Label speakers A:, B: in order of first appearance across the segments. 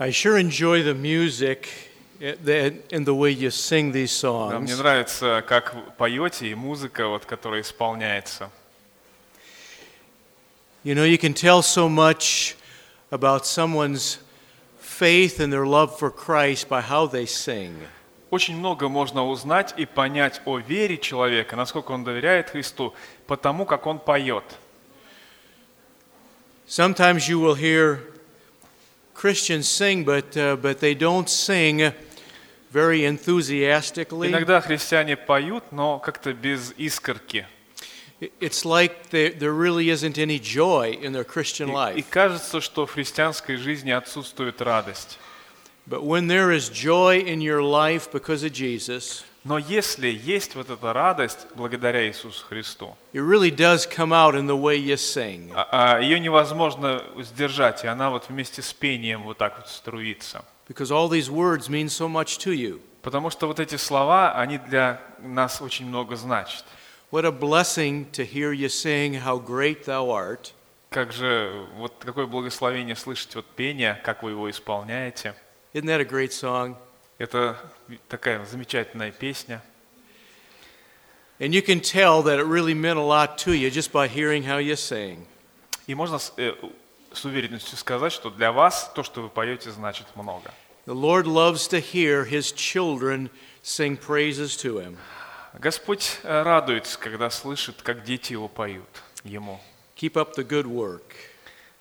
A: I sure enjoy the music eh, the- and the way you sing these
B: Да, мне
A: songs.
B: нравится, как вы поете и музыка, вот, которая исполняется.
A: You know, you can tell so much about someone's faith and their love for Christ by how they sing.
B: Очень много можно узнать и понять о вере человека, насколько он доверяет Христу, потому как он поет.
A: Sometimes you will hear Christians sing, but, uh, but they don't sing very enthusiastically.
B: Иногда христиане поют, но как-то без искорки.
A: I- It's like there, there really isn't any joy in their Christian
B: И, и
A: life.
B: кажется, что в христианской жизни отсутствует радость.
A: But when there is joy in your life because of Jesus,
B: Но если есть вот эта радость благодаря Иисусу Христу,
A: it really does come out in the way you sing.
B: а- а ее невозможно сдержать, и она вот вместе с пением вот так вот струится.
A: Because all these words mean so much to you.
B: Потому что вот эти слова, они для нас очень много значат.
A: What a blessing to hear you sing, How Great Thou Art.
B: Как же, вот какое благословение слышать вот пение, как вы его исполняете.
A: Isn't that a great song?
B: Это такая замечательная песня.
A: And you can tell that it really meant a lot to you just by hearing how you sing.
B: И можно с, э, с уверенностью сказать, что для вас то, что вы поете, значит много.
A: The Lord loves to hear his children sing praises to him.
B: Господь э, радуется, когда слышит, как дети его поют ему.
A: Keep up the good work.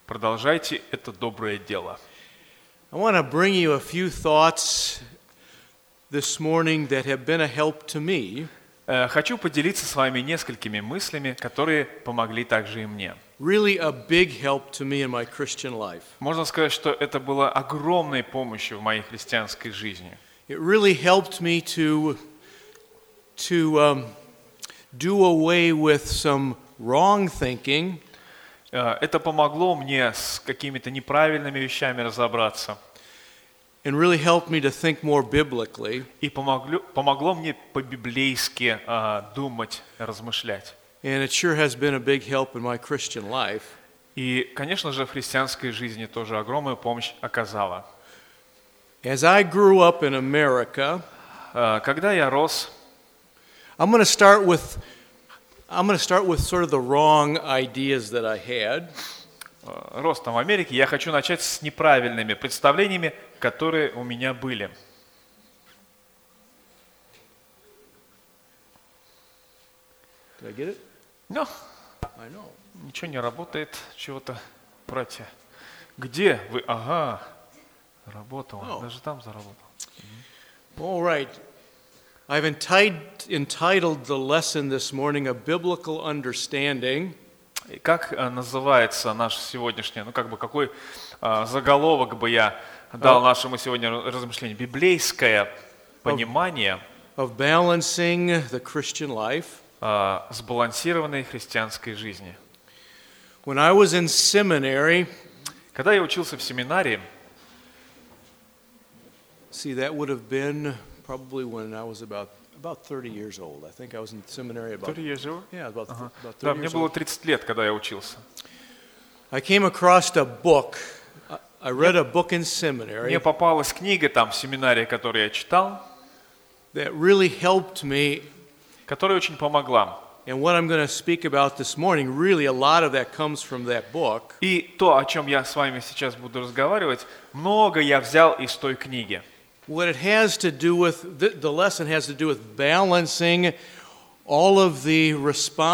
B: Продолжайте это доброе дело.
A: I want to bring you a few thoughts this morning that have been a help to me,
B: Э, Хочу поделиться с вами несколькими мыслями, которые помогли также и мне.
A: really a big help to me in my Christian life.
B: Можно сказать, что это было огромной помощью в моей христианской жизни.
A: It really helped me to, to um, do away with some wrong thinking
B: Э, Это помоglо мне с какими-то неправильными вещами разобраться
A: and really helped me to think more biblically.
B: и помогло, помогло мне по-библейски э, думать, размышлять.
A: And it sure has been a big help in my Christian life.
B: И, конечно же, в христианской жизни тоже огромную помощь оказала.
A: As I grew up in America,
B: Э, Когда я рос,
A: I'm going to start with I'm going to start with sort of the wrong ideas that I had.
B: э, рос там в Америке, я хочу начать с неправильными представлениями, которые у меня были.
A: Did I get it?
B: Но
A: I know.
B: Ничего не работает, чего-то, братья. Где вы? Ага, работало,
A: О.
B: даже там заработал.
A: All right. I've entitled, entitled the lesson this morning a biblical understanding,
B: И как э, называется наш сегодняшний, ну как бы какой э, заголовок бы я дал нашему сегодня размышлению? Библейское понимание
A: of balancing the Christian life.
B: э, сбалансированной христианской жизни.
A: When I was in seminary,
B: Когда я учился в семинарии,
A: see that would have been probably when I was about about 30 years old. I think I was in seminary about yeah, about, th- about 30
B: да, мне
A: years
B: было
A: old.
B: 30 лет, когда я учился.
A: I came across a book. I- I read a book in seminary
B: Мне попалась книга там в семинарии, которую я читал,
A: that really helped me.
B: которая очень помогла.
A: And what I'm going to speak about this morning, really a lot of that comes from that book.
B: И то, о чем я с вами сейчас буду разговаривать, много я взял из той книги.
A: What it has to do with, th- the lesson has to do with balancing all of the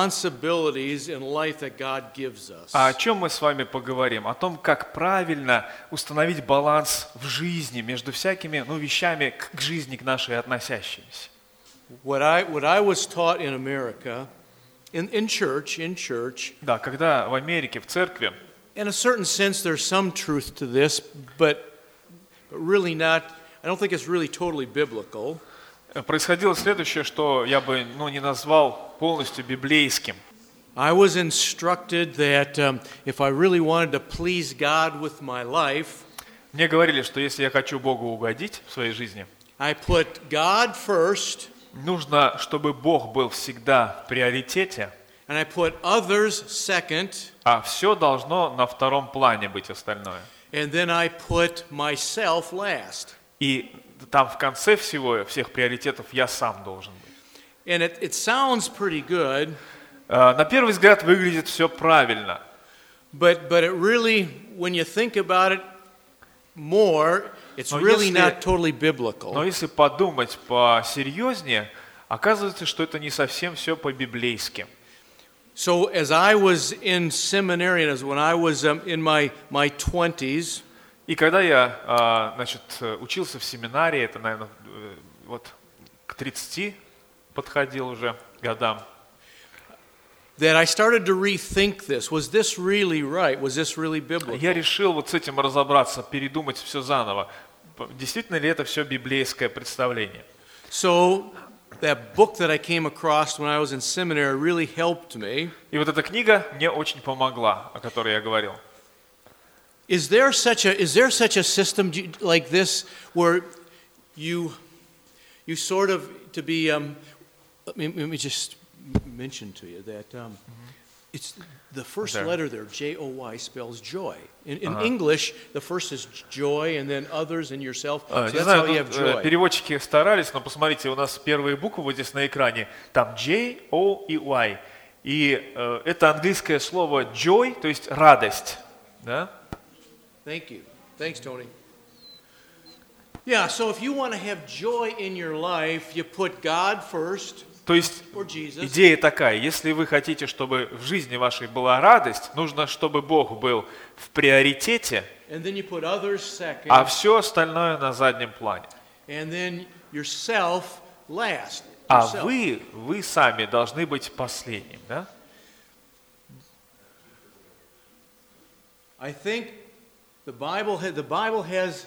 A: responsibilities in life that God gives us.
B: А о чем мы с вами поговорим? О том, как правильно установить баланс в жизни между всякими ну, вещами к к жизни, к нашей относящимися.
A: What I, what I was taught in America, in, in church, in church,
B: Да, когда в Америке, в церкви,
A: In a certain sense, there's some truth to this, but, but really not. I don't think it's really totally biblical.
B: э, происходило следующее, что я бы ну, не назвал полностью библейским.
A: I was instructed that um, if I really wanted to please God with my life,
B: Мне говорили, что если я хочу Богу угодить в своей жизни,
A: I put God first
B: нужно, чтобы Бог был всегда в приоритете –
A: and I put others second,
B: А все должно на втором плане быть остальное.
A: and then I put myself last.
B: И там в конце всего, всех приоритетов, я сам должен быть.
A: And it, it sounds pretty good,
B: Э, На первый взгляд выглядит все правильно,
A: but, but it really, when you think about it more, it's
B: Но
A: really
B: если-
A: not totally biblical.
B: но если подумать посерьезнее, оказывается, что это не совсем все по-библейски.
A: So as I was in seminary, and as when I was um, in my, my 20s,
B: И когда я, а, значит, э, учился в семинарии, это, наверное, вот к 30 подходил уже годам,
A: that I started to rethink this. Was this really right? Was this really biblical?
B: я решил вот с этим разобраться, передумать все заново. П- Действительно ли это все библейское представление?
A: So that book that I came across when I was in seminary really helped me.
B: И вот эта книга мне очень помогла, о которой я говорил.
A: Is there such a is there such a system do you- like this where you you sort of to be um, let, me, let me just mention to you that um, it's the first
B: There.
A: letter there Uh-huh. J O Y spells joy in, in English the first is joy and then others and yourself so
B: Э, Не
A: that's
B: знаю,
A: how you Uh,
B: тут,
A: have
B: э,
A: joy
B: переводчики старались, но посмотрите, у нас первые буквы вот здесь на экране. Там J, O и Y. И э, это английское слово joy, то есть радость. Да?
A: thank you thanks Tony yeah so if you want to have joy in your life you put God first
B: То есть
A: or Jesus
B: идея такая, если вы хотите, чтобы в жизни вашей была радость, нужно, чтобы Бог был в приоритете,
A: and then you put others second
B: а все остальное на заднем плане.
A: and then yourself last.
B: А
A: Yourself.
B: вы, вы сами должны быть последним. Да?
A: I think the Bible ha- the Bible has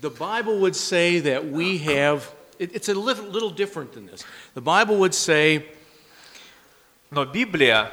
A: the Bible would say that we have it- it's a little, little different than this. The Bible would say
B: Но Библия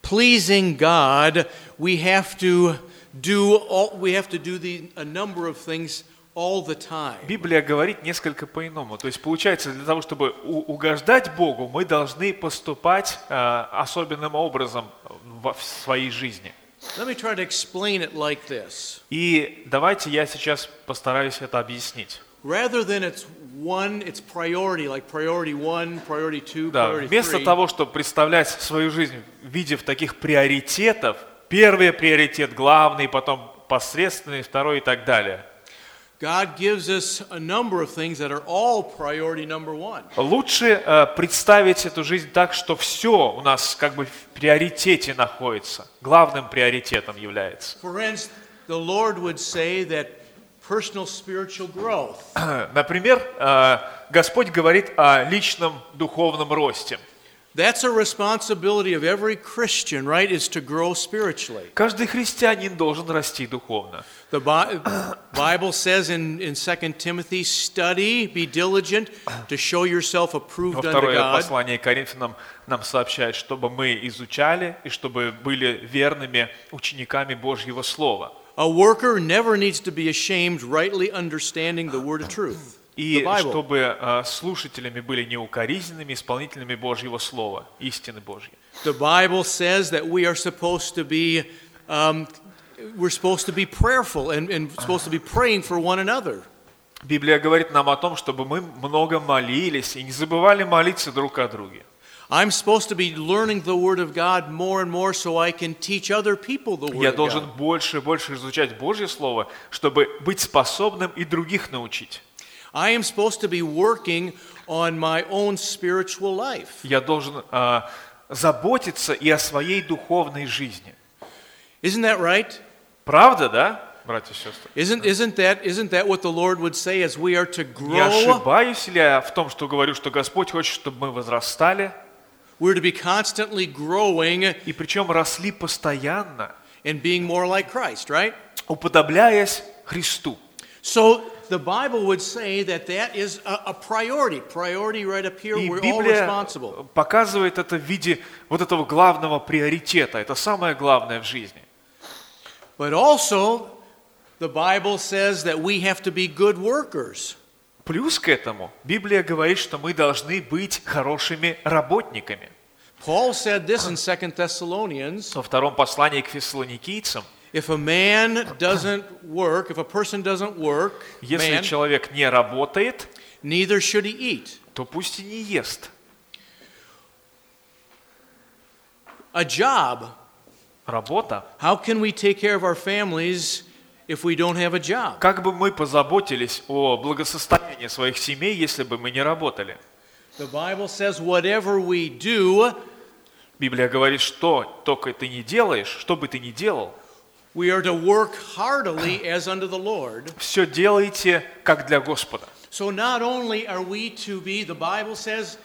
A: pleasing God, we have to do all, we have to do the, a number of things all the time.
B: Библия говорит несколько по-иному. То есть получается, для того, чтобы у- угождать Богу, мы должны поступать э, особенным образом во- в своей жизни.
A: Let me try to explain it like this.
B: И давайте я сейчас постараюсь это объяснить.
A: Rather than it's one, it's priority, like priority one, priority two,
B: Да,
A: priority
B: вместо
A: three.
B: того, чтобы представлять свою жизнь в виде в таких приоритетов, первый приоритет, главный, потом посредственный, второй и так далее.
A: God gives us a number of things that are all priority number one.
B: Лучше э, представить эту жизнь так, что все у нас как бы в приоритете находится, главным приоритетом является.
A: For instance, the Lord would say that personal spiritual growth,
B: Например, э, Господь говорит о личном духовном росте.
A: that's a responsibility of every Christian, right? Is to grow spiritually.
B: Каждый христианин должен расти духовно.
A: The Bi- Bible says in, in 2 Timothy, study, be diligent to show yourself
B: Во
A: approved unto
B: второе
A: God.
B: послание Коринфянам нам сообщает, чтобы мы изучали и чтобы были верными учениками Божьего Слова.
A: A worker never needs to be ashamed, rightly understanding the word of truth. The
B: И
A: Bible.
B: чтобы э, слушателями были неукоризненными исполнителями Божьего Слова, истины Божьей.
A: The Bible says that we are supposed to be, um, we're supposed to be prayerful and, and supposed to be praying for one another.
B: Библия говорит нам о том, чтобы мы много молились и не забывали молиться друг о друге.
A: I'm supposed to be learning the Word of God more and more so I can teach other people the Word
B: Я
A: of
B: должен
A: God.
B: больше и больше изучать Божье Слово, чтобы быть способным и других научить.
A: I am supposed to be working on my own spiritual life.
B: Я должен а, заботиться и о своей духовной жизни.
A: Isn't that right?
B: Правда, да, братья и сестры?
A: Isn't, isn't, that, isn't that what the Lord would say as we are to
B: Не
A: grow?
B: ошибаюсь ли я в том, что говорю, что Господь хочет, чтобы мы возрастали,
A: We're to be constantly growing
B: и причем росли постоянно,
A: and being more like Christ, right?
B: уподобляясь Христу.
A: So the Bible would say that that is a, a priority. Priority right up here.
B: И
A: We're all
B: Библия
A: responsible.
B: показывает это в виде вот этого главного приоритета. Это самое главное в жизни.
A: But also, the Bible says that we have to be good workers.
B: Плюс к этому Библия говорит, что мы должны быть хорошими работниками.
A: Paul said this in 2 Thessalonians.
B: Во втором послании к фессалоникийцам
A: If a man doesn't work, if a person doesn't work,
B: Если
A: man,
B: человек не работает,
A: neither should he eat.
B: то пусть и не ест.
A: A job.
B: Работа.
A: How can we take care of our families if we don't have a job?
B: Как бы мы позаботились о благосостоянии своих семей, если бы мы не работали?
A: The Bible says, whatever we do,
B: Библия говорит, что только ты не делаешь, что бы ты ни делал,
A: we are to work heartily as unto the Lord.
B: все делайте как для Господа.
A: So not only are we to be, the Bible says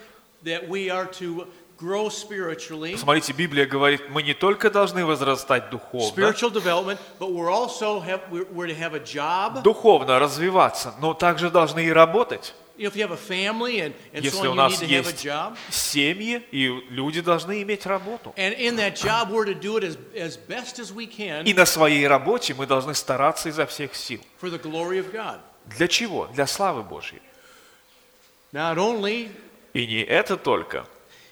A: that we are to grow spiritually,
B: Смотрите, Библия говорит, мы не только должны возрастать духовно,
A: spiritual development, but we're also have, we're, we're to have a job.
B: духовно развиваться, но также должны и работать.
A: You know, if you have a family and, and
B: Если
A: so on, you
B: у нас
A: need to have a
B: есть
A: job.
B: семьи, и люди должны иметь работу.
A: And in that job, we're to do it as, as best as we
B: И
A: can
B: на своей работе мы должны стараться изо всех сил.
A: for the glory of God.
B: Для чего? Для славы Божьей.
A: Not only,
B: И не это только.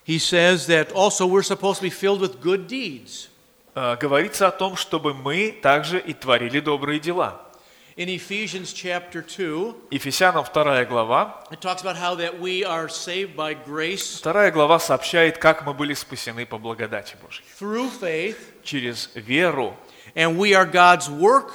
A: he says that also we're supposed to be filled with good deeds.
B: Э, Говорится о том, чтобы мы также и творили добрые дела.
A: In Ephesians chapter 2,
B: Ефесянам 2 глава.
A: it talks about how that we are saved by grace
B: 2 глава сообщает, как мы были спасены по благодати Божьей.
A: through faith.
B: Через веру.
A: And we are God's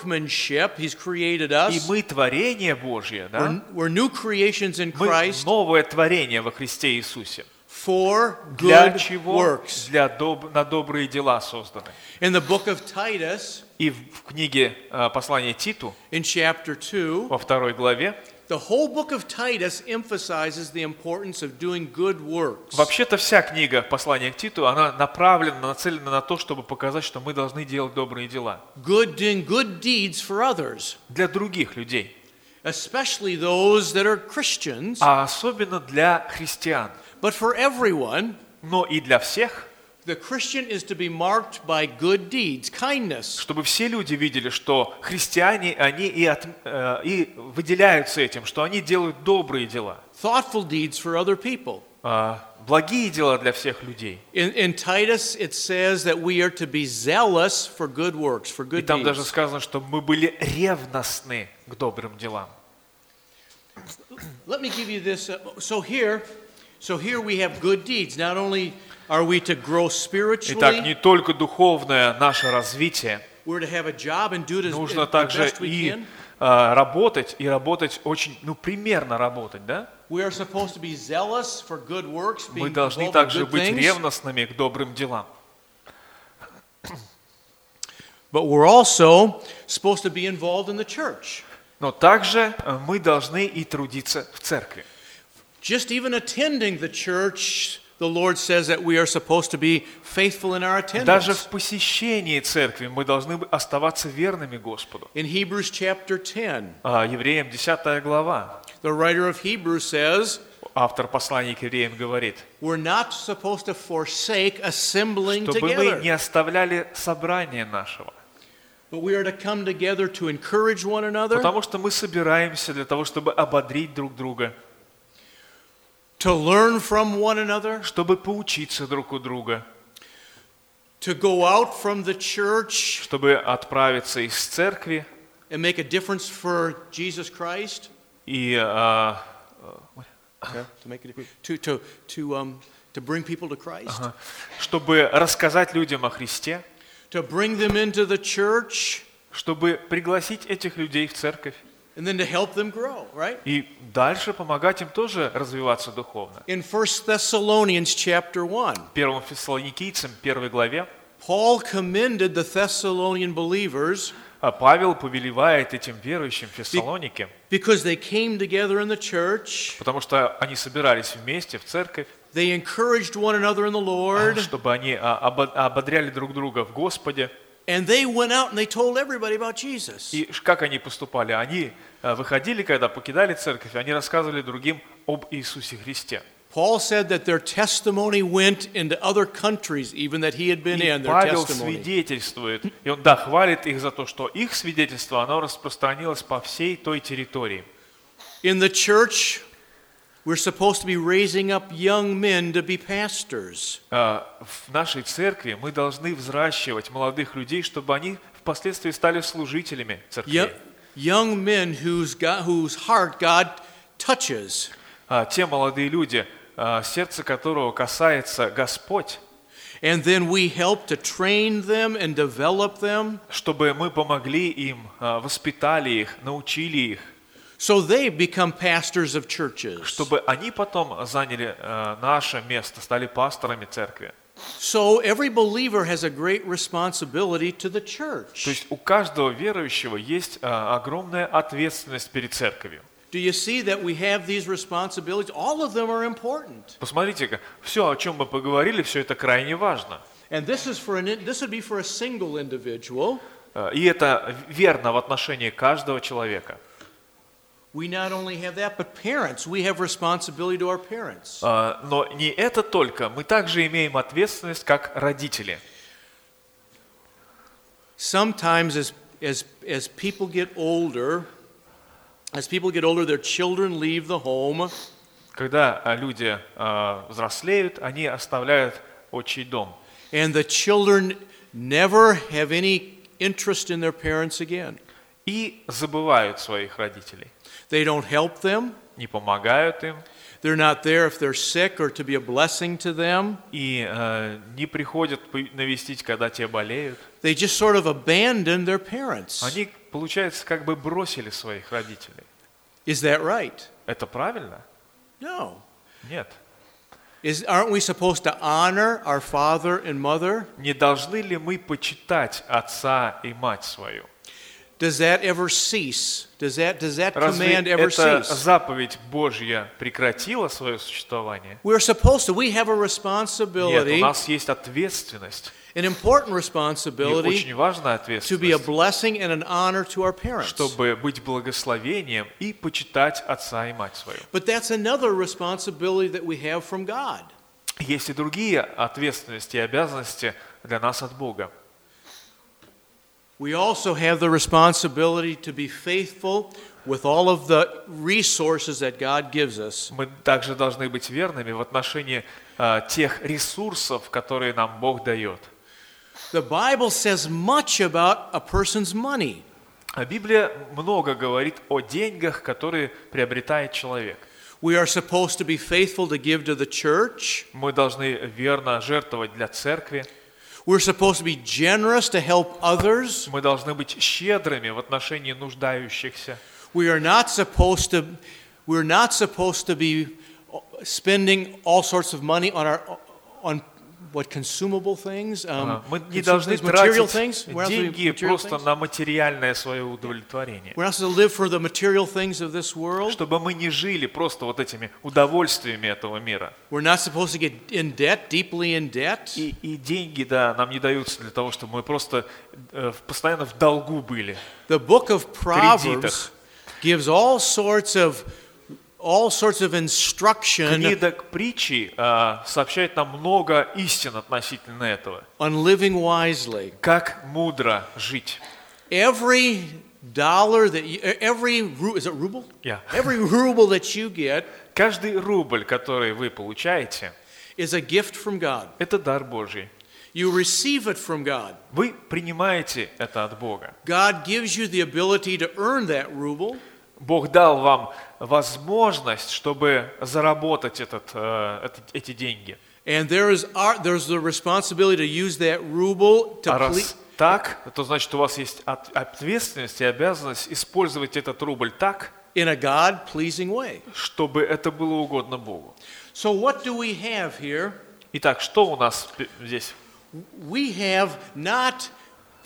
A: workmanship. He's created
B: И
A: us.
B: мы творение Божье, да?
A: We're, we're new creations in
B: Мы
A: Christ
B: новое творение во Христе Иисусе.
A: for
B: Для
A: good
B: чего?
A: works.
B: Для доб- на добрые дела созданы.
A: In the book of Titus,
B: И в в книге э, послания Титу
A: in chapter 2,
B: во второй главе
A: the whole book of Titus emphasizes the importance of doing good works.
B: Вообще-то вся книга послания к Титу, она направлена, нацелена на то, чтобы показать, что мы должны делать добрые дела
A: Good doing good deeds for others,
B: для других людей,
A: especially those that are Christians,
B: а особенно для христиан.
A: but for everyone.
B: Но и для всех,
A: The Christian is to be marked by good deeds, kindness,
B: чтобы все люди видели, что христиане, они и, от- э, и выделяются этим, что они делают добрые дела,
A: thoughtful deeds for other people.
B: а, благие дела для всех людей.
A: In, in Titus, it says that we are to be zealous for good works, for
B: И
A: good
B: там даже
A: deeds.
B: сказано, что мы были ревностны к добрым делам.
A: Let me give you this. Uh, so here, so here we have good deeds. Not only are we to grow
B: Итак,
A: spiritually,
B: не только духовное наше развитие,
A: we're to have a job and do it as, as
B: Нужно
A: the
B: также
A: best we
B: и
A: can.
B: а, работать, и работать очень, ну, примерно работать, да?
A: We are supposed to be zealous for good works, being
B: Мы должны
A: involved in
B: также
A: good
B: быть
A: things.
B: ревностными к добрым делам.
A: But we're also supposed to be involved in the church.
B: Но также э, мы должны и трудиться в церкви.
A: Just even attending the church, the Lord says that we are supposed to be faithful in our attendance.
B: Даже в посещении церкви мы должны бы оставаться верными Господу.
A: In Hebrews chapter 10,
B: А, Евреям 10 глава.
A: the writer of Hebrews says,
B: Автор послания к евреям говорит,
A: we're not supposed to forsake assembling
B: чтобы мы не
A: together,
B: оставляли собрание нашего,
A: but we are to come together to encourage one another,
B: потому что мы собираемся для того, чтобы ободрить друг друга,
A: to learn from one another,
B: чтобы поучиться друг у друга,
A: to go out from the church
B: чтобы отправиться из церкви
A: and make a difference for Jesus Christ,
B: и а,
A: to make a difference, to, to, to, um, to bring people to Christ,
B: а, чтобы рассказать людям о Христе,
A: to bring them into the church,
B: чтобы пригласить этих людей в церковь
A: and then to help them grow, right?
B: и дальше помогать им тоже развиваться духовно.
A: In 1 Thessalonians chapter 1,
B: Первым Фессалоникийцам, первой главе,
A: Paul commended the Thessalonian believers
B: а, Павел повелевает этим верующим в Фессалонике,
A: because they came together in the church,
B: потому что они собирались вместе в церковь,
A: they encouraged one another in the
B: а,
A: Lord,
B: чтобы они а, обо- ободряли друг друга в Господе.
A: and they went out and they told everybody about Jesus.
B: И ш- как они поступали? Они а, выходили, когда покидали церковь, они рассказывали другим об Иисусе Христе.
A: Paul said that their testimony went into other countries, even that he had been
B: И
A: in, their
B: Павел
A: testimony.
B: свидетельствует, и он, да, хвалит их за то, что их свидетельство, оно распространилось по всей той территории.
A: In the church, we're supposed to be raising up young men to be pastors.
B: Э, А, В нашей церкви мы должны взращивать молодых людей, чтобы они впоследствии стали служителями церкви.
A: Yo- young men whose, God, whose heart God touches.
B: А, Те молодые люди, а, сердце которого касается Господь,
A: And then we help to train them and develop them
B: чтобы мы помогли им, а, воспитали их, научили их,
A: so they become pastors of churches.
B: чтобы они потом заняли а, наше место, стали пасторами церкви.
A: So every believer has a great responsibility to the
B: То
A: church.
B: есть у каждого верующего есть а, огромная ответственность перед церковью.
A: Do you see that we have these responsibilities? All of them are important.
B: Посмотрите-ка, все, о чем мы поговорили, все это крайне важно.
A: And this is for an this would be for a single individual.
B: А, И это верно в отношении каждого человека.
A: We not only have that, but parents, we have responsibility to our parents.
B: А, Но не это только, мы также имеем ответственность как родители.
A: Sometimes as as as people get older, as people get older, their children leave the home.
B: Когда а, люди а, взрослеют, они оставляют отчий дом.
A: And the children never have any interest in their parents again.
B: И забывают своих родителей.
A: They don't help them.
B: Не помогают им
A: They're not there if they're sick or to be a blessing to them.
B: и э, не приходят пы- навестить, когда те болеют.
A: They just sort of abandon their parents.
B: Они, получается, как бы бросили своих родителей.
A: Is that right?
B: Это правильно?
A: No.
B: Нет.
A: Is, aren't we supposed to honor our father and mother?
B: Не должны ли мы почитать отца и мать свою?
A: Does that ever cease? Does that, does that
B: Разве
A: command ever
B: эта
A: cease?
B: заповедь Божья прекратила свое существование?
A: We're supposed to. We have a
B: Нет, у
A: responsibility,
B: нас есть ответственность,
A: an important
B: и
A: responsibility,
B: очень важная
A: to be a
B: ответственность,
A: blessing and an honor to our parents.
B: чтобы быть благословением и почитать отца и мать свою.
A: But that's another responsibility that we have from God.
B: Есть и другие ответственности и обязанности для нас от Бога.
A: We also have the responsibility to be faithful with all of the resources that God gives us.
B: Мы также должны быть верными в отношении э, тех ресурсов, которые нам Бог дает.
A: The Bible says much about a person's money.
B: А Библия много говорит о деньгах, которые приобретает человек.
A: We are supposed to be faithful to give to the church.
B: Мы должны верно жертвовать для церкви.
A: We're supposed to be generous to help others.
B: Мы должны быть щедрыми в отношении нуждающихся.
A: We are not supposed to we're not supposed to be spending all sorts of money on our on what consumable things, um,
B: А, Мы не
A: consumable
B: должны
A: things, material
B: тратить
A: things. We're not supposed to be
B: деньги
A: material
B: просто
A: things.
B: на материальное свое удовлетворение.
A: We're not supposed to live for the material things of this world.
B: Чтобы мы не жили просто вот этими удовольствиями этого мира.
A: We're not supposed to get in debt, deeply in debt.
B: И, и деньги, да, нам не даются для того, чтобы мы просто э, в- постоянно в долгу были.
A: The book of Proverbs
B: Кредитах.
A: gives all sorts of all sorts of instruction
B: Книга притчи э, сообщает нам много истин относительно этого.
A: on living wisely.
B: Как мудро жить.
A: Every dollar that you, e, every ru- is it ruble?
B: Yeah.
A: Every ruble that you get
B: Каждый рубль, который вы получаете,
A: is a gift from God.
B: это дар Божий.
A: You receive it from God.
B: Вы принимаете это от Бога.
A: God gives you the ability to earn that ruble.
B: Бог дал вам возможность, чтобы заработать этот, э, этот- эти деньgi.
A: And there is our, there's the responsibility to use that ruble to ple-
B: А раз так, то значит у вас есть от- ответственность и обязанность использовать этот рубль так,
A: in a God pleasing way.
B: чтобы это было угодно Богу.
A: So, what do we have here?
B: Итак, что у нас пе- здесь?
A: We have not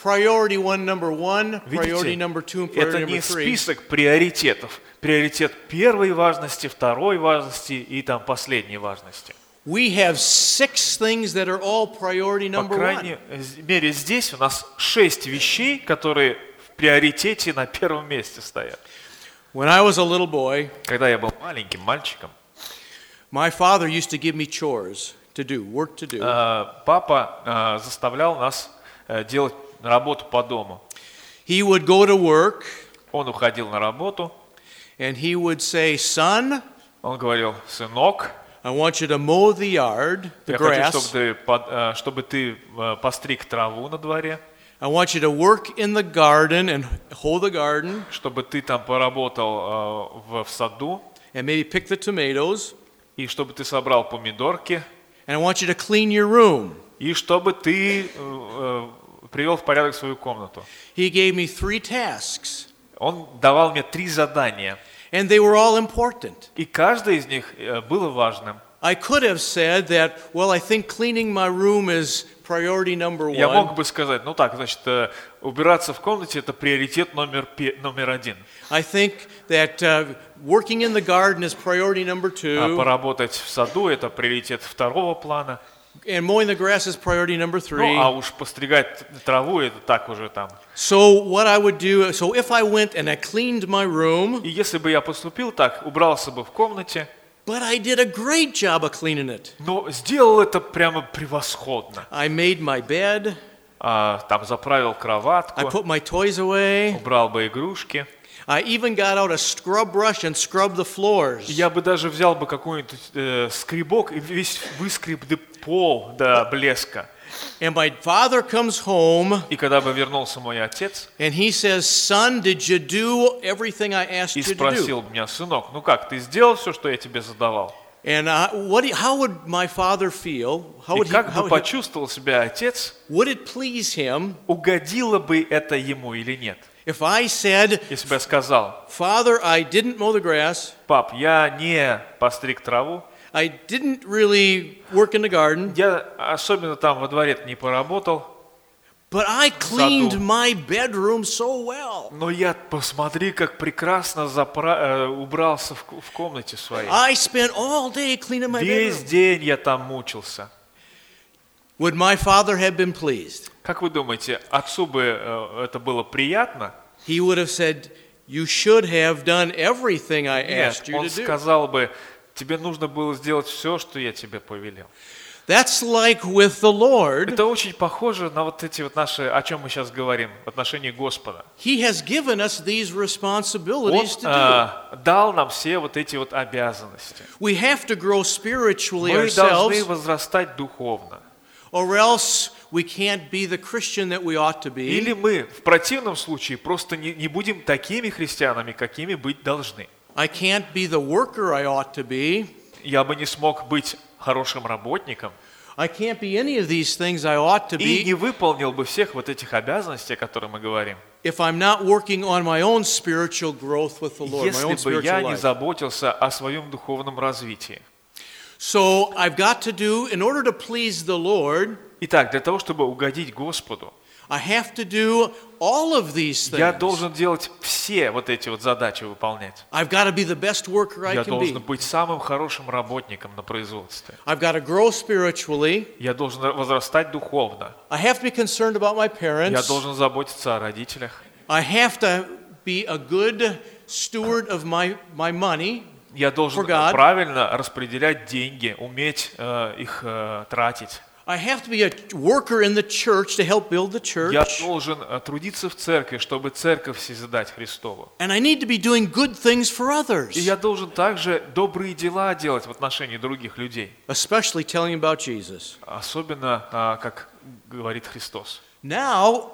A: priority one, number one, priority
B: Видите,
A: number two, and priority
B: это не
A: number three.
B: список приоритетов. Приоритет первой важности, второй важности и там последней важности.
A: We have six things that are all priority
B: По
A: number one.
B: крайней мере, здесь у нас шесть вещей, которые в приоритете на первом месте стоят.
A: When I was a little boy,
B: Когда я был маленьким мальчиком,
A: my father used to give me chores to do, work to do.
B: э, папа э, заставлял нас э, делать работу по дому.
A: he would go to work
B: Он уходил на работу,
A: and he would say, Son,
B: он говорил, сынок,
A: I want you to mow the yard, the
B: я
A: grass.
B: хочу, чтобы ты, под- э, чтобы ты э, постриг траву на дворе,
A: I want you to work in the garden and hold the garden
B: чтобы ты там поработал э, в, в саду,
A: and maybe pick the tomatoes.
B: и чтобы ты собрал помидорки,
A: And I want you to clean your room.
B: и чтобы ты э, э, привел в порядок свою комнату.
A: He gave me three tasks,
B: Он давал мне три задания,
A: and they were all important.
B: и каждое из них э, было важным.
A: I could have said that, well, I think cleaning my room is priority number
B: Я мог
A: one.
B: бы сказать, ну так, значит, э, убираться в комнате это приоритет номер, пе- номер один,
A: I think that uh, working in the garden is priority number
B: а
A: two,
B: поработать в саду это приоритет второго плана,
A: and mowing the grass is priority number three.
B: ну а уж постригать траву это так уже там.
A: So, what I would do, so if I went and I cleaned my room,
B: И если бы я поступил так, убрался бы в комнате,
A: but I did a great job of cleaning it.
B: но сделал это прямо превосходно.
A: I made my bed,
B: А, там заправил
A: I
B: кроватку,
A: put my toys away,
B: убрал бы игрушки.
A: I even got out a scrub brush and scrubbed the floors.
B: Я бы даже взял бы какой-нибудь э, скребок и весь выскреб бы пол до блеска.
A: And my father comes home
B: И когда бы вернулся мой отец,
A: and he says, Son, did you do everything I asked
B: и
A: you to do?
B: спросил меня, сынок, ну как, ты сделал все, что я тебе задавал?
A: And I, what, do- how would my father feel? How
B: И
A: would, he,
B: как
A: how
B: бы
A: would, he-
B: почувствовал себя отец,
A: would it please him
B: угодило бы это ему или нет?
A: if I said,
B: Если бы я сказал,
A: Father, I didn't mow the grass,
B: пап, я не постриг траву,
A: I didn't really work in the garden,
B: я особенно там во дворе не поработал,
A: but I cleaned
B: Задум-
A: my bedroom so well.
B: но я, посмотри, как прекрасно запра- э, убрался в, ку- в комнате своей.
A: I spent all day cleaning my
B: Весь
A: bedroom.
B: день я там мучился.
A: Would my father have been pleased?
B: Как вы думаете, отцу бы э, это было приятно?
A: He would have said, You should have done everything I
B: Нет,
A: asked you
B: он
A: to do.
B: сказал бы, тебе нужно было сделать все, что я тебе повелел.
A: That's like with the Lord.
B: Это очень похоже на вот эти вот наши, о чем мы сейчас говорим, в отношении Господа.
A: He has given us these
B: Он
A: responsibilities to
B: э, дал нам все вот эти вот обязанности.
A: do. We have to grow spiritually
B: Мы должны
A: ourselves,
B: возрастать духовно.
A: or else we can't be the Christian that we ought to be.
B: Или мы в противном случае просто не, не будем такими христианами, какими быть должны.
A: I can't be the worker I ought to be.
B: Я бы не смог быть хорошим работником
A: I can't be any of these things I ought to
B: и не
A: be
B: выполнил бы всех вот этих обязанностей, о которых мы говорим,
A: if I'm not working on my own spiritual growth with the Lord, my own
B: если бы я
A: spiritual
B: не
A: life.
B: заботился о своем духовном развитии.
A: So I've got to do, in order to please the Lord,
B: Итак, для того, чтобы угодить Господу,
A: I have to do all of these things.
B: Я должен делать все вот эти вот задачи выполнять.
A: I've got to be the best worker I
B: Я
A: can be.
B: должен быть самым хорошим работником на производстве.
A: I've got to grow spiritually.
B: Я должен возрастать духовно.
A: I have to be concerned about my
B: Я
A: parents.
B: должен заботиться о родителях.
A: I have to be a good steward of my, my money.
B: Я должен э,
A: For God.
B: правильно распределять деньги, уметь э, их э, tратить.
A: I have to be a worker in the church to help build the church.
B: Я должен э, трудиться в церкви, чтобы церковь созидать Христову.
A: And I need to be doing good things for
B: И
A: others,
B: я должен также добрые дела делать в отношении других людей.
A: especially telling about Jesus.
B: Особенно, э, как говорит Христос.
A: Now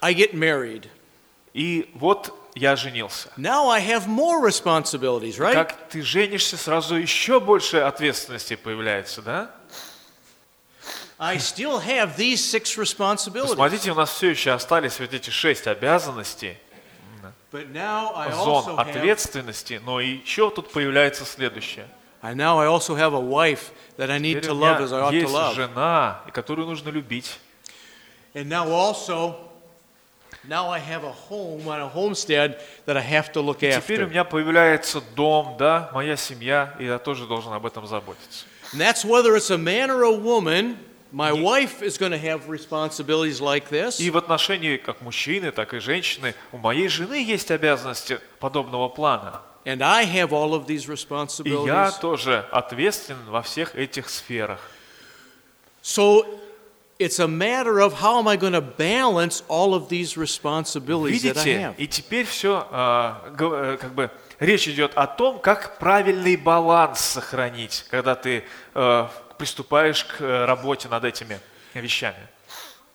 A: I get married.
B: И вот я женился.
A: Now I have more responsibilities, right?
B: Как ты женишься, сразу еще больше ответственности появляется, да?
A: I still have these six responsibilities,
B: Смотрите, у нас все еще остались вот эти шесть обязанностей,
A: but now I also
B: зон
A: have,
B: ответственности, но еще тут появляется следующее.
A: and now I also have a wife that I need
B: Теперь
A: to
B: у
A: love as I ought
B: меня
A: to
B: есть
A: love,
B: жена, и которую нужно любить.
A: and now also, now I have a home on a homestead that I have to look
B: Теперь у
A: after.
B: меня появляется дом, да, моя семья, и я тоже должен об этом заботиться.
A: And that's whether it's a man or a woman. My wife is going to have responsibilities like this.
B: И в отношении как мужчины, так и женщины у моей жены есть обязанности подобного плана.
A: And I have all of these
B: И я
A: responsibilities.
B: тоже ответственен во всех этих сферах.
A: So it's a matter of how am I going to balance all of these responsibilities that I
B: Видите,
A: have.
B: и теперь все, э, как бы, речь идет о том, как правильный баланс сохранить, когда ты э, приступаешь к э, работе над этими вещами.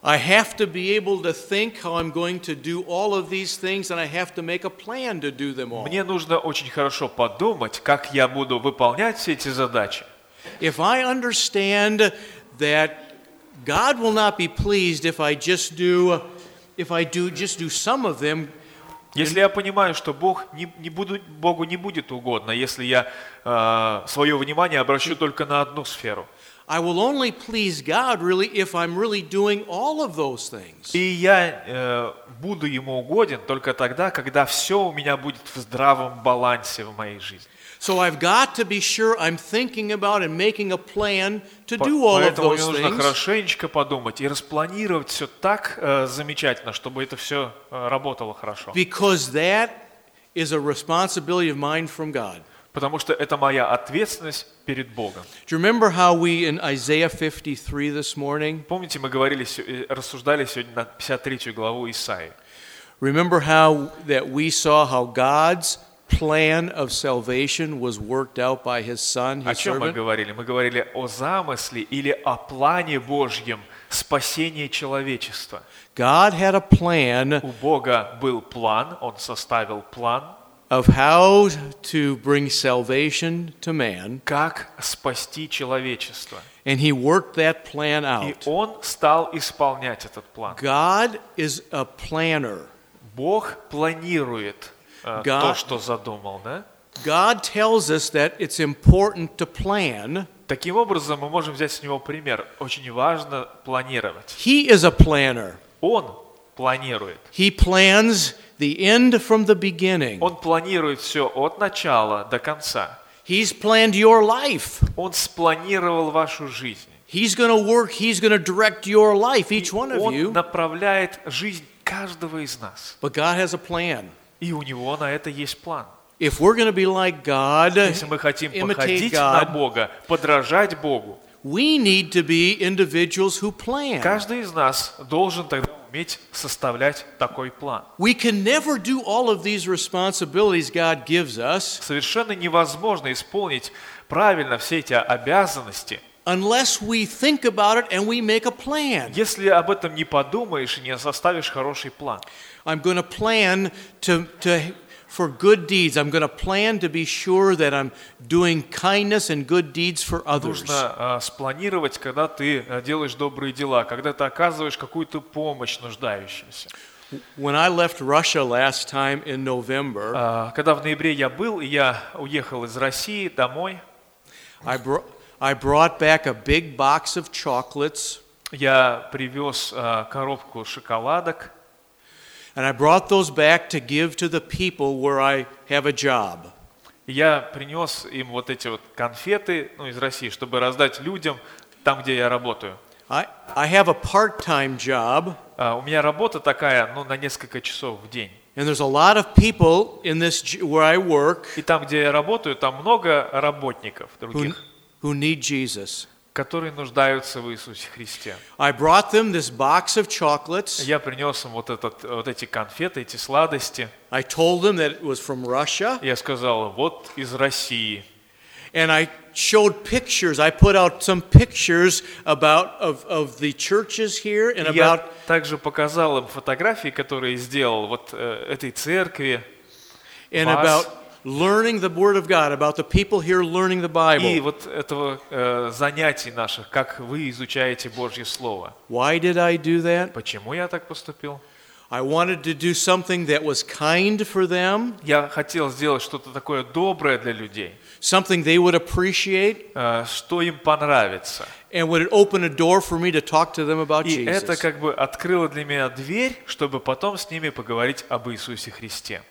A: I have to be able to think how I'm going to do all of these things, and I have to make a plan to do them all.
B: Мне нужно очень хорошо подумать, как я буду выполнять все эти задачи.
A: If I understand that God will not be pleased if I just do, if I do just do some of them,
B: Если я понимаю, что Бог не, не буду, Богу не будет угодно, если я э, свое внимание обращу только на одну сферу.
A: I will only please God really if I'm really doing all of those things.
B: И я э, буду ему угоден только тогда, когда все у меня будет в здравом балансе в моей жизни.
A: So I've got to be sure I'm thinking about and making a plan to
B: По-
A: do all of
B: Поэтому мне
A: those
B: нужно
A: things.
B: хорошенечко подумать и распланировать все так э, замечательно, чтобы это все работало хорошо.
A: Because that is a responsibility of mine from God.
B: Потому что это моя ответственность перед Богом.
A: Do you remember how we in Isaiah 53 this morning?
B: Помните, мы говорили, сё- э, рассуждали сегодня на 53 главу Исаии.
A: Remember how that we saw how God's plan of salvation was worked out by his son,
B: О
A: his
B: чем мы
A: servant?
B: говорили? Мы говорили о замысле или о плане Божьем спасения человечества.
A: God had a plan
B: У Бога был план, Он составил план,
A: of how to bring salvation to man,
B: как спасти человечество.
A: and he worked that plan
B: И
A: out.
B: Он стал исполнять этот план.
A: God is a planner.
B: Бог планирует э,
A: God-
B: то, что задумал, да?
A: God tells us that it's important to plan.
B: Таким образом, мы можем взять с него пример. Очень важно планировать.
A: He is a planner.
B: Он планирует.
A: He plans the end from the beginning.
B: Он планирует все от начала до конца.
A: He's planned your life.
B: Он спланировал вашу жизнь.
A: He's going to work, he's going to direct your life,
B: И
A: each one of
B: он
A: you.
B: направляет жизнь каждого из нас.
A: But God has a plan.
B: И у него на это есть план.
A: If we're going to be like God,
B: Если мы хотим
A: Imitate
B: походить
A: God.
B: на Бога, подражать Богу,
A: we need to be individuals who plan.
B: каждый из нас должен тогда уметь составлять такой план.
A: We can never do all of these responsibilities God gives us
B: Совершенно невозможно исполнить правильно все эти обязанности,
A: unless we think about it and we make a plan.
B: если об этом не подумаешь и не составишь хороший план.
A: I'm going to plan to, to, for good deeds. I'm going to plan to be sure that I'm doing kindness and good deeds for others.
B: Нужно э, спланировать, когда ты э, делаешь добрые дела, когда ты оказываешь какую-то помощь нуждающимся.
A: When I left Russia last time in November,
B: А, Когда в ноябре я был, и я уехал из России домой,
A: I, br- I brought back a big box of chocolates,
B: я привез а, коробку шоколадок,
A: and I brought those back to give to the people where I have a job.
B: и я принес им вот эти вот конфеты ну, из России, чтобы раздать людям там, где я работаю.
A: I, I have a part time job,
B: А, У меня работа такая, ну, на несколько часов в день.
A: and there's a lot of people in this j- where I work
B: И там, где я работаю, там много работников
A: who,
B: других,
A: who need Jesus.
B: которые нуждаются в Иисусе Христе.
A: I brought them this box of chocolates.
B: Я принес им вот, этот, вот эти конфеты, эти сладости.
A: I told them that it was from Russia,
B: Я сказал, вот из России.
A: and I showed pictures. I put out some pictures about of, of the churches here and
B: Я
A: about
B: также показал им фотографии, которые сделал вот э, этой церкви,
A: and
B: Mas.
A: about learning the Word of God, about the people here learning the
B: и
A: Bible.
B: вот этого э, занятий наших, как вы изучаете Божье Слово.
A: Why did I do that?
B: Почему я так поступил?
A: I wanted to do something that was kind for them,
B: Я хотел сделать что-то такое доброе для людей,
A: something they would appreciate,
B: э, что им понравится.
A: and would open a door for me to talk to them about
B: И это
A: Jesus.
B: как бы открыло для меня дверь, чтобы потом с ними поговорить об Иисусе Христе.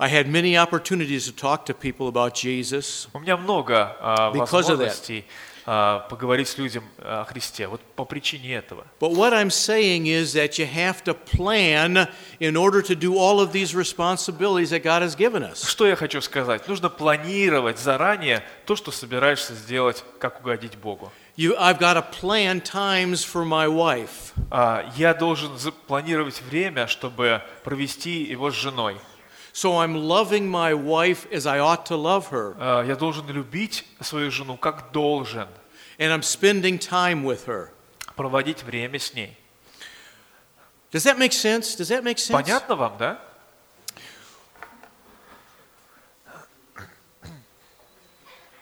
A: I had many opportunities to talk to people about Jesus.
B: У меня много а,
A: Because of that.
B: возможностей а, поговорить с людям а, о Христе. Вот по причине этого.
A: But what I'm saying is that you have to plan in order to do all of these responsibilities that God has given us.
B: Что я хочу сказать? Нужно планировать заранее то, что собираешься сделать, как угодить Богу.
A: You, I've got to plan times for my wife.
B: А, я должен запланировать время, чтобы провести его с женой.
A: So I'm loving my wife as I ought to love her,
B: А, я должен любить свою жену как должен.
A: and I'm spending time with her.
B: проводить время с ней.
A: Does that make sense? Does that make sense?
B: Понятно вам, да?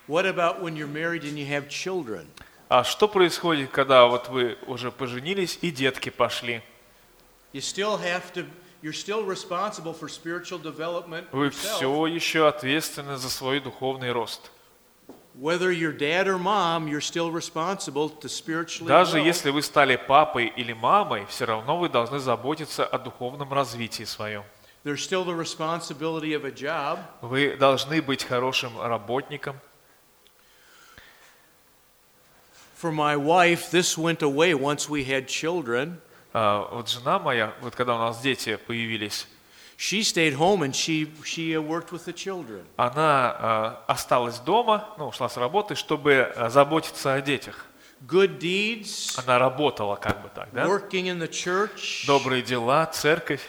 A: What about when you're married and you have children?
B: А что происходит, когда вот вы уже поженились и детки пошли?
A: You still have to, you're still responsible for spiritual development
B: Вы
A: yourself.
B: все еще ответственны за свой духовный рост.
A: Whether you're dad or mom, you're still responsible to spiritually
B: Даже
A: grow.
B: если вы стали папой или мамой, все равно вы должны заботиться о духовном развитии своем.
A: There's still the responsibility of a job.
B: Вы должны быть хорошим работником.
A: For my wife, this went away once we had children.
B: А, Вот жена моя, вот когда у нас дети появились,
A: She stayed home and she, she uh, worked with the children.
B: она э, осталась дома, ну, ушла с работы, чтобы э, заботиться о детях.
A: Good deeds,
B: Она работала как бы так, да?
A: working in the church,
B: Добрые дела, церковь,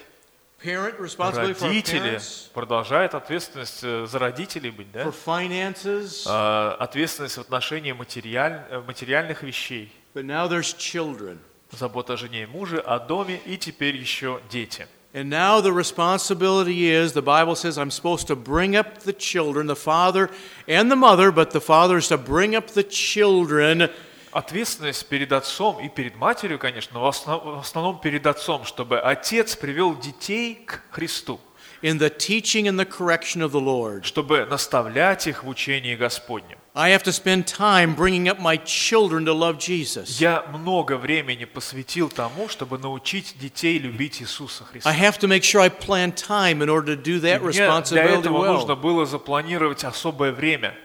A: parent responsibility for our
B: родители.
A: parents,
B: Продолжает ответственность э, за родителей быть, да?
A: for finances,
B: Э, Ответственность в отношении материаль- э, материальных вещей.
A: but now there's children.
B: Забота о жене и муже, о доме и теперь еще дети.
A: And now the responsibility is the Bible says I'm supposed to bring up the children, the father and the mother, but the father is to bring up the children.
B: Ответственность перед отцом и перед матерью, конечно, но в основ- в основном перед отцом, чтобы отец привел детей к Христу,
A: in the teaching and the correction of the Lord.
B: чтобы наставлять их в учении Господнем.
A: I have to spend time bringing up my children to love Jesus.
B: Я много времени посвятил тому, чтобы научить детей любить Иисуса
A: I
B: Христа.
A: have to make sure I plan time in order to do that
B: Мне для
A: responsibility
B: этого нужно
A: well.
B: было запланировать особое время.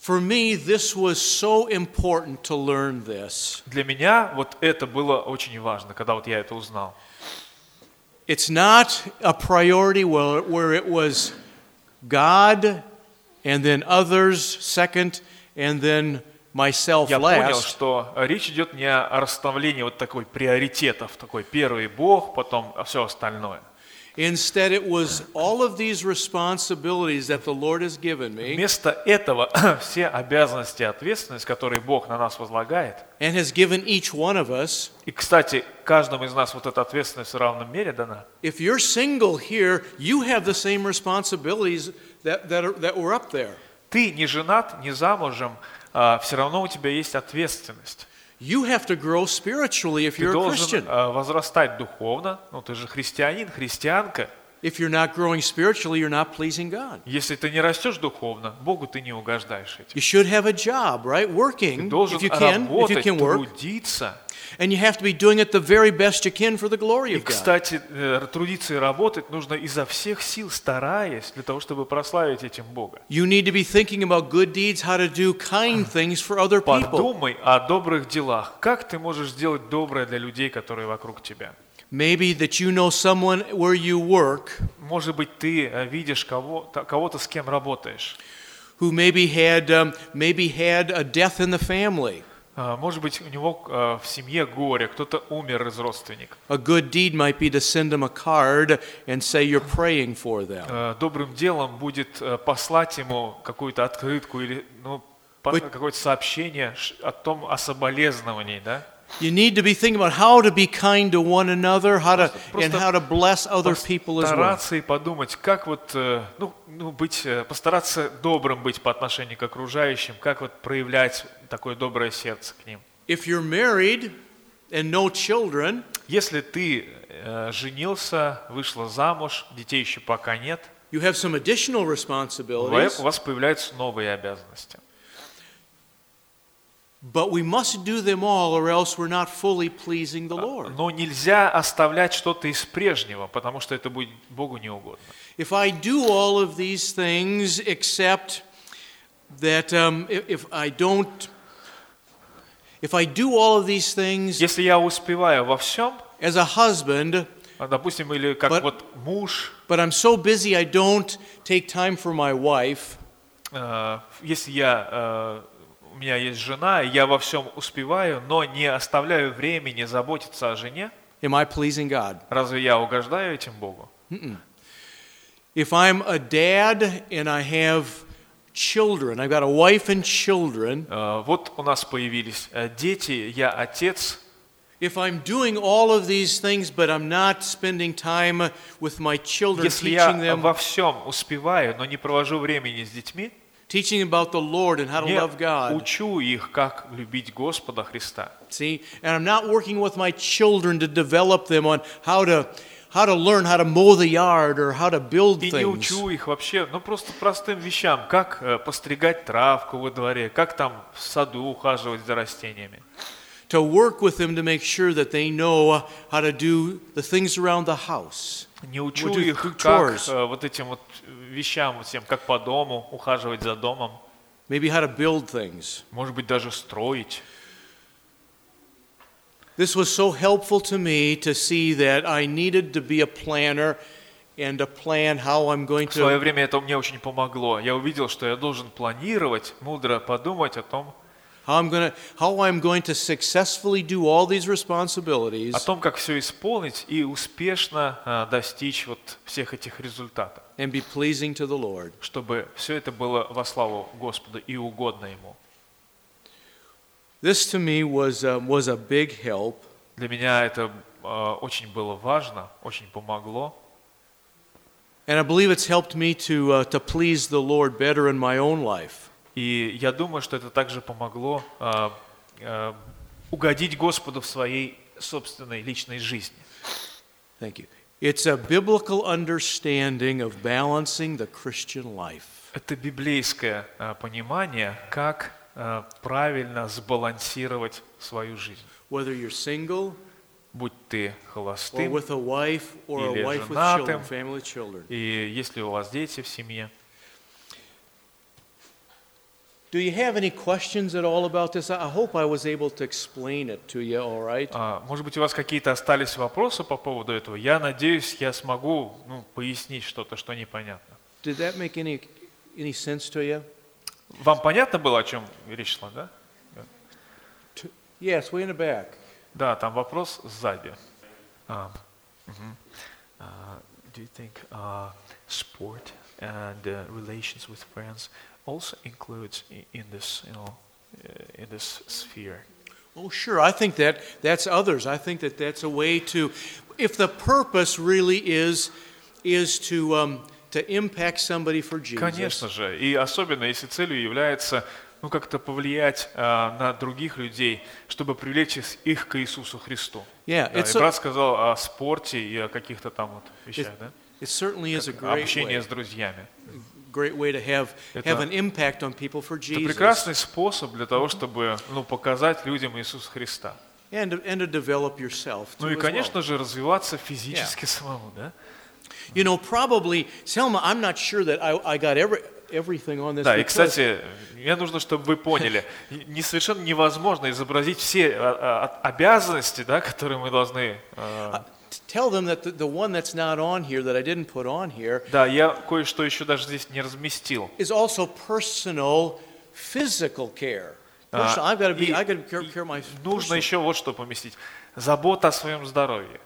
A: For me, this was so important to learn this.
B: Для меня вот это было очень важно, когда вот я это узнал.
A: It's not a priority where, where it was God and then others second and then myself
B: Я понял,
A: last.
B: что э, речь идет не о расставлении вот такой приоритетов, такой первый Бог, потом все остальное.
A: Instead, it was all of these responsibilities that the Lord has given me.
B: Вместо этого все обязанности и ответственность, которые Бог на нас возлагает,
A: and has given each one of us.
B: и, кстати, каждому из нас вот эта ответственность в равном мере дана.
A: If you're single here, you have the same responsibilities that, that, are, that were up there.
B: Ты не женат, не замужем, все равно у тебя есть ответственность.
A: You have to grow spiritually if
B: Ты
A: you're a
B: должен
A: Christian.
B: а, возрастать духовно, ну ты же христианин, христианка.
A: If you're not growing spiritually, you're not pleasing God.
B: Если ты не растешь духовно, Богу ты не угождаешь этим.
A: You should have a job, right? Working,
B: Ты должен
A: if you can, if you
B: работать,
A: can work.
B: трудиться.
A: And you have to be doing it the very best you can for the glory
B: И,
A: of God.
B: кстати, э, трудиться и работать нужно изо всех сил, стараясь, для того, чтобы прославить этим Бога.
A: You need to be thinking about good deeds, how to do kind things for other people.
B: Подумай о добрых делах. Как ты можешь сделать доброе для людей, которые вокруг тебя?
A: Maybe that you know someone where you work
B: Может быть, ты э, видишь кого-то, кого-то с кем работаешь.
A: who maybe had um, maybe had a death in the family.
B: А, Может быть, у него э, в семье горе, кто-то умер из родственников.
A: A good deed might be to send them a card and say you're praying for them.
B: Э, Добрым делом будет э, послать ему какую-то открытку или ну, по-
A: Быть-
B: какое-то сообщение ш- о том, о соболезновании, да?
A: You need to be thinking about how to be kind to one another, how to and how to bless other people as well.
B: Постараться и подумать, как вот, э, ну, ну, быть, э, постараться добрым быть по отношению к окружающим, как вот проявлять такое доброе сердце к ним.
A: If you're married and no children,
B: Если ты э, женился, вышла замуж, детей еще пока нет,
A: you have some additional
B: у
A: responsibilities,
B: вас у вас появляются новые обязанности.
A: but we must do them all or else we're not fully pleasing the Lord.
B: Но нельзя оставлять что-то из прежнего, потому что это будет Богу неугодно.
A: If I do all of these things except that um, if, if I don't, if I do all of these things
B: Если я успеваю во всем,
A: as a husband,
B: а, допустим, или как
A: But-
B: вот муж,
A: but I'm so busy I don't take time for my wife,
B: э, если я, э, у меня есть жена, и я во всем успеваю, но не оставляю времени заботиться о жене,
A: am I pleasing God?
B: разве я угождаю этим Богу?
A: If I'm a dad and I have children. I've got a wife and children.
B: Э, Вот у нас появились э, дети, я отец.
A: If I'm doing all of these things, but I'm not spending time with my children,
B: Если
A: teaching
B: я
A: them,
B: во всем успеваю, но не провожу времени с детьми,
A: teaching them about the Lord and how to
B: я
A: love God,
B: учу их, как любить Господа Христа.
A: see, and I'm not working with my children to develop them on how to how to learn how to mow the yard or how to build
B: И не
A: things.
B: учу их вообще, ну просто простым вещам, как э, постригать травку во дворе, как там в саду ухаживать за растениями.
A: to work with them to make sure that they know how to do the things around the house.
B: Не учу
A: do- do
B: их как
A: chores.
B: э, вот этим вот вещам, вот всем, как по дому, ухаживать за домом,
A: Maybe how to build things.
B: может быть, даже строить.
A: This was so helpful to me to see that I needed to be a planner and to plan how I'm going
B: В свое
A: to
B: время это мне очень помогло. Я увидел, что я должен планировать, мудро подумать о том,
A: how I'm going to how I'm going to successfully do all these responsibilities
B: о том, как все исполнить и успешно э, достичь вот всех этих результатов,
A: and be pleasing to the Lord.
B: чтобы все это было во славу Господу и угодно Ему.
A: This to me was um, was a big help.
B: Для меня это э, очень было важно, очень помогло.
A: And I believe it's helped me to, uh, to please the Lord better in my own life.
B: И я думаю, что это также помогло э, э, угодить Господу в своей собственной личной жизни.
A: Thank you. It's a biblical understanding of balancing the Christian life.
B: Это библейское э, понимание, как э, правильно сбалансировать свою жизнь.
A: Whether you're single
B: Будь ты
A: or
B: холостым,
A: with a wife or
B: Или
A: a wife with
B: женатым.
A: children, family children.
B: и если у вас дети в семье.
A: Do you have any questions at all about this? I I hope I was able to explain it to you all right.
B: А, Может быть, у вас какие-то остались вопросы по поводу этого? Я надеюсь, я смогу ну, пояснить что-то, что непонятно.
A: Did that make any any sense to you?
B: Вам понятно было, о чем речь шла, да?
A: Yes, way in the back.
B: Да, там вопрос сзади. Um, mhm. Uh, do you think uh, sport and uh, relations with friends also includes i- in this, you know, uh, in this sphere?
A: Oh, sure. I think that that's others. I think that that's a way to, if the purpose really is, is to um, to impact somebody for Jesus.
B: Конечно же, и особенно если целью является ну, как-то повлиять а, на других людей, чтобы привлечь их- их к Иисусу Христу.
A: Yeah,
B: Да,
A: it's
B: и
A: a-
B: брат сказал о спорте и о каких-то там вот вещах, да?
A: It certainly is a great
B: Общение
A: way,
B: с друзьями.
A: great way to have,
B: Это-
A: have an impact on people for
B: Это
A: Jesus
B: прекрасный способ для того, чтобы ну, показать людям Иисуса Христа.
A: and, to- and to develop yourself. Too
B: Ну и,
A: as well.
B: конечно же, развиваться физически самому, да?
A: You know, probably, Selma, I'm not sure that I, I got every, everything on this.
B: Да, и,
A: because-
B: кстати, мне нужно, чтобы вы поняли, не совершенно невозможно изобразить все а, а, обязанности, да, которые мы должны... э,
A: uh, t- tell them that the, the one that's not on here, that I didn't put on here,
B: Да, я кое-что еще даже здесь не разместил.
A: is also personal physical care.
B: А,
A: Personal, I've got to be,
B: и-
A: I got to care,
B: и
A: care my
B: Нужно
A: personal-
B: еще вот что поместить. Забота о своем здоровье,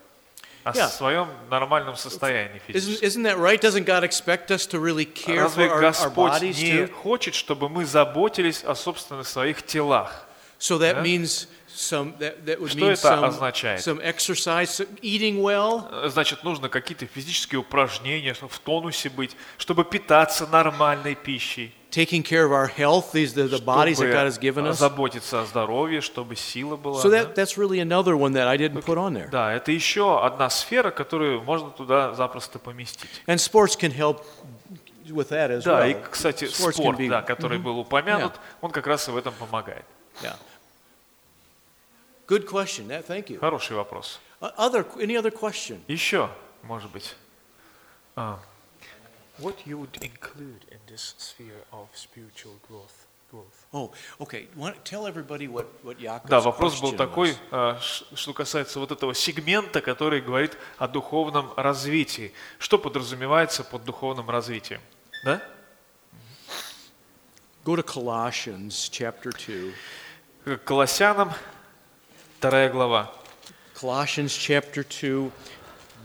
B: о
A: Yeah.
B: своем нормальном состоянии
A: Isn't,
B: физическом.
A: isn't that right? Doesn't God expect us to really care for
B: Разве
A: our, our
B: Господь
A: bodies
B: не
A: too?
B: хочет, чтобы мы заботились о собственных своих телах?
A: So that
B: Да?
A: means some that, that would
B: Что
A: mean
B: это
A: some,
B: означает?
A: some exercise, some eating well.
B: Э, Значит, нужно какие-то физические упражнения, чтобы в тонусе быть, чтобы питаться нормальной пищей,
A: Taking care of our health, these the, the bodies that God has given
B: чтобы
A: us.
B: заботиться о здоровье, чтобы сила была.
A: So
B: да?
A: that, that's really another one that I didn't put on there.
B: Да, это еще одна сфера, которую можно туда запросто поместить.
A: And sports can help with that as
B: Да,
A: well.
B: и, кстати,
A: Sports can
B: спорт,
A: be-
B: да, который был упомянут, он как раз и в этом помогает.
A: Yeah. Good question. That, thank you.
B: Хороший вопрос.
A: O- Other, any other question?
B: Еще, может быть. А, What you would include in this sphere of spiritual growth?
A: Oh, okay. Want, tell everybody what what Jacob's
B: Да, вопрос был
A: question
B: такой,
A: was.
B: а, ш- что касается вот этого сегмента, который говорит о духовном развитии. Что подразумевается под духовным развитием? Да?
A: Go to Colossians chapter two.
B: К Колоссянам, вторая глава,
A: Colossians chapter two,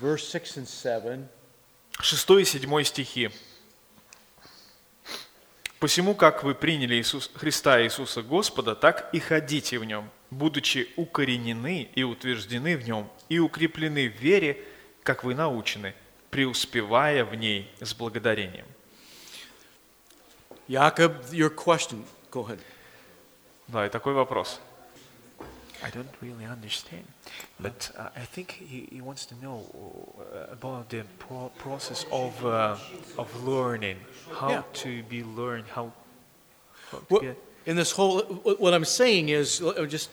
A: verse six and seven.
B: 6 и 7 стихи. Посему, как вы приняли Иисус, Христа Иисуса Господа, так и ходите в Нем, будучи укоренены и утверждены в Нем, и укреплены в вере, как вы научены, преуспевая в ней с благодарением.
A: Jakob, your question. Go ahead.
B: Да, и такой вопрос. I don't really understand, but uh, I think he, he wants to know uh, about the pro- process of uh, of learning, how
A: Yeah.
B: to be learned, how. how to
A: What,
B: get-
A: in this whole, what I'm saying is, I'm just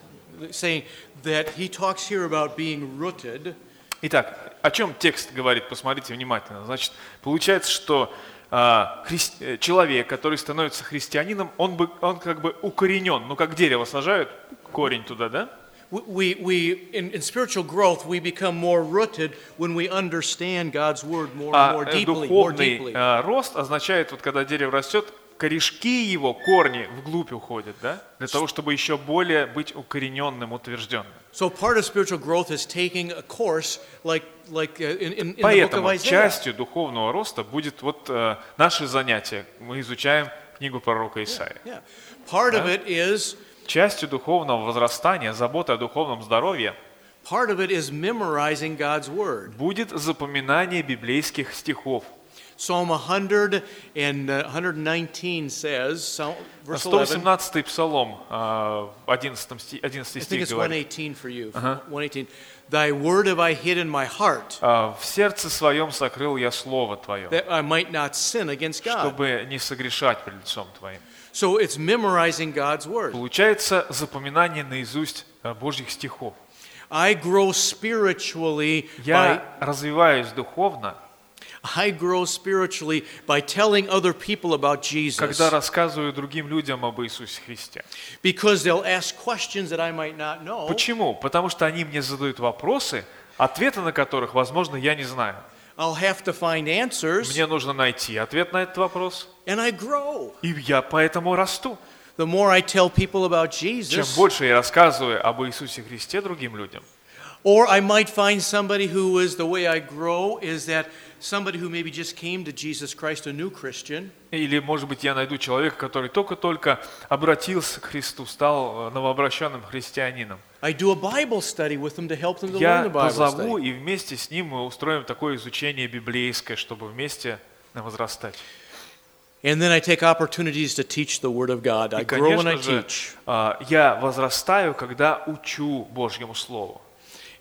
A: saying that he talks here about being rooted.
B: Итак, о чем текст говорит? Посмотрите внимательно. Значит, получается, что а, хрис- э, человек, который становится христианином, он бы он как бы укоренен. Ну как дерево сажают корень туда, да?
A: We- We, we in, in spiritual growth, we become more rooted when we understand God's word more and
B: А
A: more
B: э,
A: deeply. More
B: духовный
A: deeply.
B: э, рост означает, вот когда дерево растет, корешки его, корни вглубь уходят, да? Для того, чтобы еще более быть укорененным, утвержденным.
A: So part of spiritual growth is taking a course like, like uh, in, in, in the book of
B: Поэтому
A: Isaiah.
B: частью духовного роста будет вот э, наше занятие. Мы изучаем книгу пророка Исаия.
A: Yeah. Part of it is
B: Частью духовного возрастания, заботы о духовном здоровье
A: part of it is memorizing God's word.
B: будет запоминание библейских стихов.
A: Psalm 100 and uh, 119 says, so- verse 11.
B: 118 псалом, э, 11 стих,
A: I
B: 11
A: think
B: стих
A: it's
B: говорит.
A: 118 for you.
B: Uh-huh.
A: 118. Thy word have I hid in my heart,
B: «А, «В сердце своем сокрыл я слово твое».
A: that I might not sin against God.
B: чтобы не согрешать перед лицом Твоим.
A: So it's memorizing God's word.
B: Получается запоминание наизусть э, Божьих стихов.
A: I grow spiritually by
B: Я развиваюсь духовно,
A: I grow spiritually by telling other people about Jesus
B: когда рассказываю другим людям об Иисусе Христе.
A: because they'll ask questions that I might not know.
B: Почему? Потому что они мне задают вопросы, ответы на которых, возможно, я не знаю.
A: I'll have to find answers
B: Мне нужно найти ответ на этот вопрос,
A: and I grow.
B: и я поэтому расту.
A: The more I tell people about
B: Чем
A: Jesus,
B: больше я рассказываю об Иисусе Христе другим людям,
A: Or I might find somebody who is the way I grow is that somebody who maybe just came to Jesus Christ, a new Christian,
B: или, может быть, я найду человека, который только-только обратился к Христу, стал э, новообращенным христианином.
A: I do a Bible study with them to help them to learn
B: Я
A: the Bible
B: позову,
A: study.
B: и вместе с ним мы устроим такое изучение библейское, чтобы вместе возрастать.
A: And then I take opportunities to teach the Word of God. I
B: И,
A: grow when I
B: конечно же,
A: teach.
B: а, я возрастаю, когда учу Божьему Слову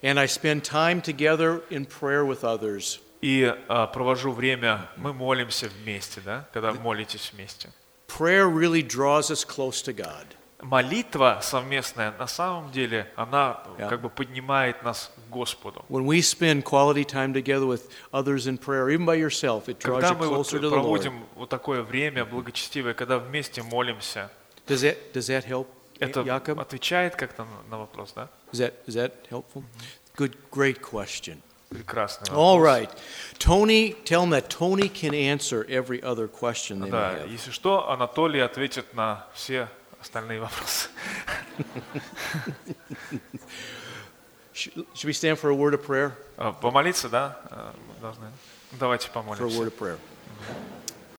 A: And I spend time together in prayer with others.
B: и а, провожу время, мы молимся вместе, да, когда молитесь вместе.
A: Prayer really draws us close to God.
B: Молитва совместная, на самом деле, она
A: Yeah.
B: как бы поднимает нас к Господу.
A: When we spend quality time together with others in prayer, even by yourself, it draws
B: Когда
A: you
B: мы вот
A: closer to the Lord.
B: проводим вот такое время благочестивое, когда вместе молимся,
A: Does that, does that help,
B: это
A: Jakob?
B: отвечает как-то на- на вопрос, да?
A: Is that, is that helpful? Good, great question.
B: Прекрасный вопрос.
A: All right. Tony, tell him that Tony can answer every other question they
B: Да,
A: may have.
B: если что, Анатолий ответит на все остальные вопросы.
A: Sh- Should we stand for a word of prayer?
B: А, Помолиться, да? э, А, мы должны? Давайте
A: For a word
B: помолимся.
A: of prayer.